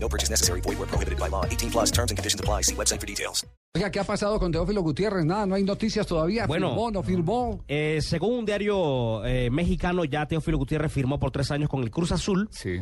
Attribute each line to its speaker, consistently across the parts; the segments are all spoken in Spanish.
Speaker 1: No purchase necessary. Void where prohibited by law. 18 plus terms and conditions apply. See website for details.
Speaker 2: Oiga, ¿qué ha pasado con Teófilo Gutiérrez? Nada, no hay noticias todavía.
Speaker 3: Bueno.
Speaker 2: ¿Firmó, no firmó?
Speaker 3: Eh, según un diario eh, mexicano, ya Teófilo Gutiérrez firmó por tres años con el Cruz Azul
Speaker 2: Sí.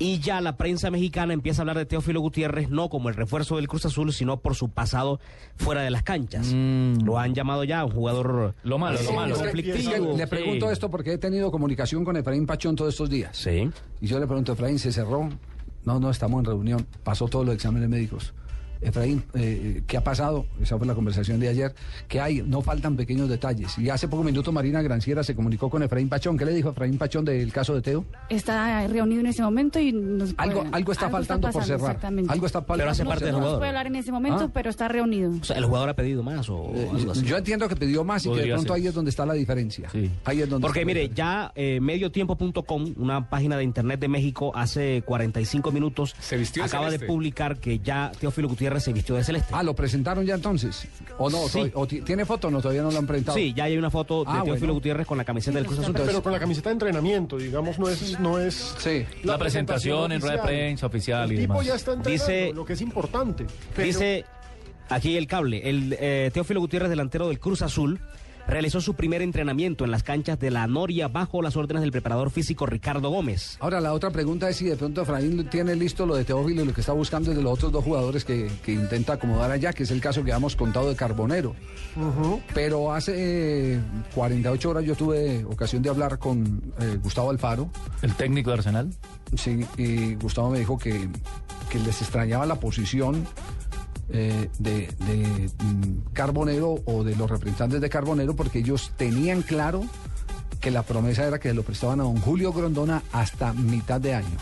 Speaker 3: y ya la prensa mexicana empieza a hablar de Teófilo Gutiérrez no como el refuerzo del Cruz Azul, sino por su pasado fuera de las canchas. Lo han llamado ya un jugador
Speaker 4: Lo malo, lo
Speaker 3: eh,
Speaker 4: malo.
Speaker 3: conflictivo.
Speaker 2: le pregunto
Speaker 4: Sí.
Speaker 2: esto porque he tenido comunicación con Efraín Pachón todos estos días.
Speaker 3: Sí.
Speaker 2: Y yo le pregunto, Efraín, ¿se cerró? No, no, estamos en reunión. Pasó todos los exámenes médicos. Efraín, eh, ¿qué ha pasado? Esa fue la conversación de ayer. ¿Qué hay? No faltan pequeños detalles. Y hace poco minuto Marina Granciera se comunicó con Efraín Pachón. ¿Qué le dijo Efraín Pachón del caso de Teo?
Speaker 5: está reunido en ese momento y nos
Speaker 2: Algo,
Speaker 5: puede-
Speaker 2: algo está faltando por
Speaker 5: pasando,
Speaker 2: cerrar.
Speaker 5: Exactamente.
Speaker 2: Algo está faltando
Speaker 3: Pero hace
Speaker 2: por
Speaker 3: parte del
Speaker 2: cerrar.
Speaker 5: No se
Speaker 3: jugador.
Speaker 5: puede hablar en ese momento,
Speaker 2: Ah.
Speaker 5: pero está reunido.
Speaker 3: O sea, el jugador ha pedido más o, o algo así.
Speaker 2: Eh, Yo entiendo que pidió más y que de
Speaker 4: Podría
Speaker 2: pronto
Speaker 4: ser.
Speaker 2: ahí es donde está la diferencia.
Speaker 4: Sí.
Speaker 2: Ahí es donde
Speaker 3: Porque
Speaker 2: está la
Speaker 3: mire, ya eh, mediotiempo.com, una página de internet de México, hace 45 minutos
Speaker 4: Se vistió de
Speaker 3: acaba de
Speaker 4: celeste.
Speaker 3: publicar que ya Teófilo Gutiérrez se vistió de celeste.
Speaker 2: Ah, lo presentaron ya entonces. O no,
Speaker 3: Sí.
Speaker 2: o ti- tiene foto, o no, todavía no lo han presentado.
Speaker 3: Sí, ya hay una foto de
Speaker 2: Ah,
Speaker 3: Teófilo
Speaker 2: bueno.
Speaker 3: Gutiérrez con la camiseta del Cruz Azul.
Speaker 6: Pero con la camiseta de entrenamiento, digamos, no es... No es
Speaker 2: Sí.
Speaker 4: La presentación en rueda de prensa oficial y
Speaker 6: El tipo
Speaker 4: demás.
Speaker 6: ya está entrenando,
Speaker 3: Dice-
Speaker 6: lo que es importante. pero-
Speaker 3: Dice aquí el cable, el eh, Teófilo Gutiérrez, delantero del Cruz Azul, realizó su primer entrenamiento en las canchas de la Noria bajo las órdenes del preparador físico Ricardo Gómez.
Speaker 2: Ahora, la otra pregunta es si de pronto Efraín tiene listo lo de Teófilo y lo que está buscando es de los otros dos jugadores que, que intenta acomodar allá, que es el caso que habíamos contado de Carbonero. Pero hace eh, 48 horas yo tuve ocasión de hablar con eh, Gustavo Alfaro.
Speaker 4: El técnico de Arsenal.
Speaker 2: Sí, y Gustavo me dijo que, que les extrañaba la posición eh, de, de, mm, Carbonero o de los representantes de Carbonero porque ellos tenían claro que la promesa era que lo prestaban a don Julio Grondona hasta mitad de año.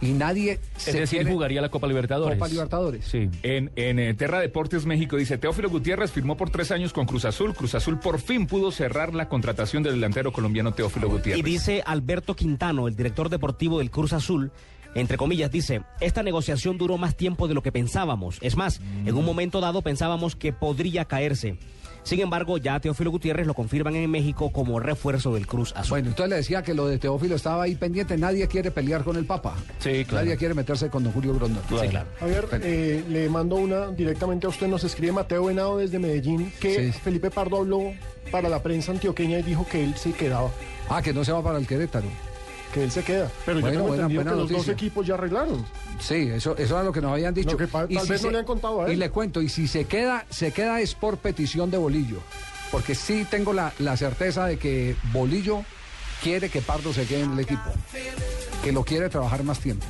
Speaker 2: Y nadie
Speaker 4: Es decir,
Speaker 2: quiere-
Speaker 4: jugaría la Copa Libertadores.
Speaker 2: Copa Libertadores.
Speaker 4: Sí.
Speaker 7: En, en eh, Terra Deportes México dice Teófilo Gutiérrez firmó por tres años con Cruz Azul. Cruz Azul por fin pudo cerrar la contratación del delantero colombiano Teófilo Gutiérrez.
Speaker 3: Y dice Alberto Quintano, el director deportivo del Cruz Azul, entre comillas, dice, esta negociación duró más tiempo de lo que pensábamos. Es más, en un momento dado pensábamos que podría caerse. Sin embargo, ya Teófilo Gutiérrez lo confirman en México como refuerzo del Cruz Azul.
Speaker 2: Bueno, entonces le decía que lo de Teófilo estaba ahí pendiente. Nadie quiere pelear con el Papa.
Speaker 4: Sí, claro.
Speaker 2: Nadie quiere meterse con don Julio Grondona.
Speaker 4: Sí, claro.
Speaker 6: Javier, eh, le mando una directamente a usted. Nos escribe Mateo Venado desde Medellín que
Speaker 2: Sí.
Speaker 6: Felipe Pardo habló para la prensa antioqueña y dijo que él se quedaba,
Speaker 2: Ah, que no se va para el Querétaro.
Speaker 6: que él se queda. Pero
Speaker 2: Bueno,
Speaker 6: yo tengo
Speaker 2: buena-
Speaker 6: entendido
Speaker 2: buena
Speaker 6: que los
Speaker 2: noticia.
Speaker 6: dos equipos ya arreglaron.
Speaker 2: Sí, eso, eso era lo que nos habían dicho.
Speaker 6: Lo que pa-
Speaker 2: Y
Speaker 6: tal vez no le han contado a él.
Speaker 2: Y le cuento, y si se queda, se queda es por petición de Bolillo. Porque sí tengo la, la certeza de que Bolillo quiere que Pardo se quede en el equipo. Que lo quiere trabajar más tiempo.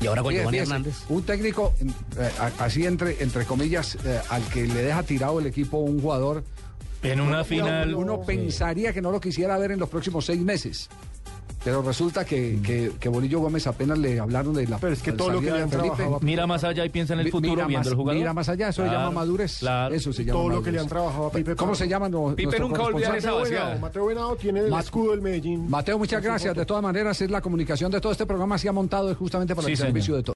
Speaker 3: y ahora con
Speaker 2: Fíjese,
Speaker 3: Giovanni
Speaker 2: fíjese,
Speaker 3: Hernández.
Speaker 2: Un técnico, eh, a- así entre, entre comillas, eh, al que le deja tirado el equipo un jugador,
Speaker 4: En una final.
Speaker 2: uno pensaría que no lo quisiera ver en los próximos seis meses. Pero resulta que, que- que Bolillo Gómez apenas le hablaron de la
Speaker 6: Pero es que
Speaker 2: la
Speaker 6: todo lo que
Speaker 2: salida
Speaker 6: le
Speaker 2: de
Speaker 6: han
Speaker 2: Felipe.
Speaker 6: trabajado
Speaker 4: Mira más allá y piensa en el
Speaker 2: Mi-
Speaker 4: futuro
Speaker 2: mira
Speaker 4: viendo
Speaker 2: más-
Speaker 4: el jugador.
Speaker 2: Mira más allá, eso se
Speaker 4: Claro,
Speaker 2: llama madurez.
Speaker 4: claro.
Speaker 2: Eso se
Speaker 6: Y
Speaker 2: llama
Speaker 6: todo lo que
Speaker 2: madurez.
Speaker 6: le han trabajado a Pipe
Speaker 2: ¿Cómo
Speaker 6: Pardo.
Speaker 2: se llama? no-
Speaker 7: Pipe
Speaker 2: nuestro
Speaker 7: nunca va a olvidar
Speaker 2: corresponsal?
Speaker 7: esa
Speaker 6: Mateo
Speaker 7: vaciada.
Speaker 6: Venado, Mateo Venado tiene el
Speaker 2: Mat-
Speaker 6: escudo del Medellín.
Speaker 2: Mateo, muchas
Speaker 6: Con su
Speaker 2: gracias.
Speaker 6: foto.
Speaker 2: De todas maneras, es la comunicación de todo este programa. Se ha montado justamente para
Speaker 4: Sí,
Speaker 2: el
Speaker 4: señor.
Speaker 2: servicio de todos.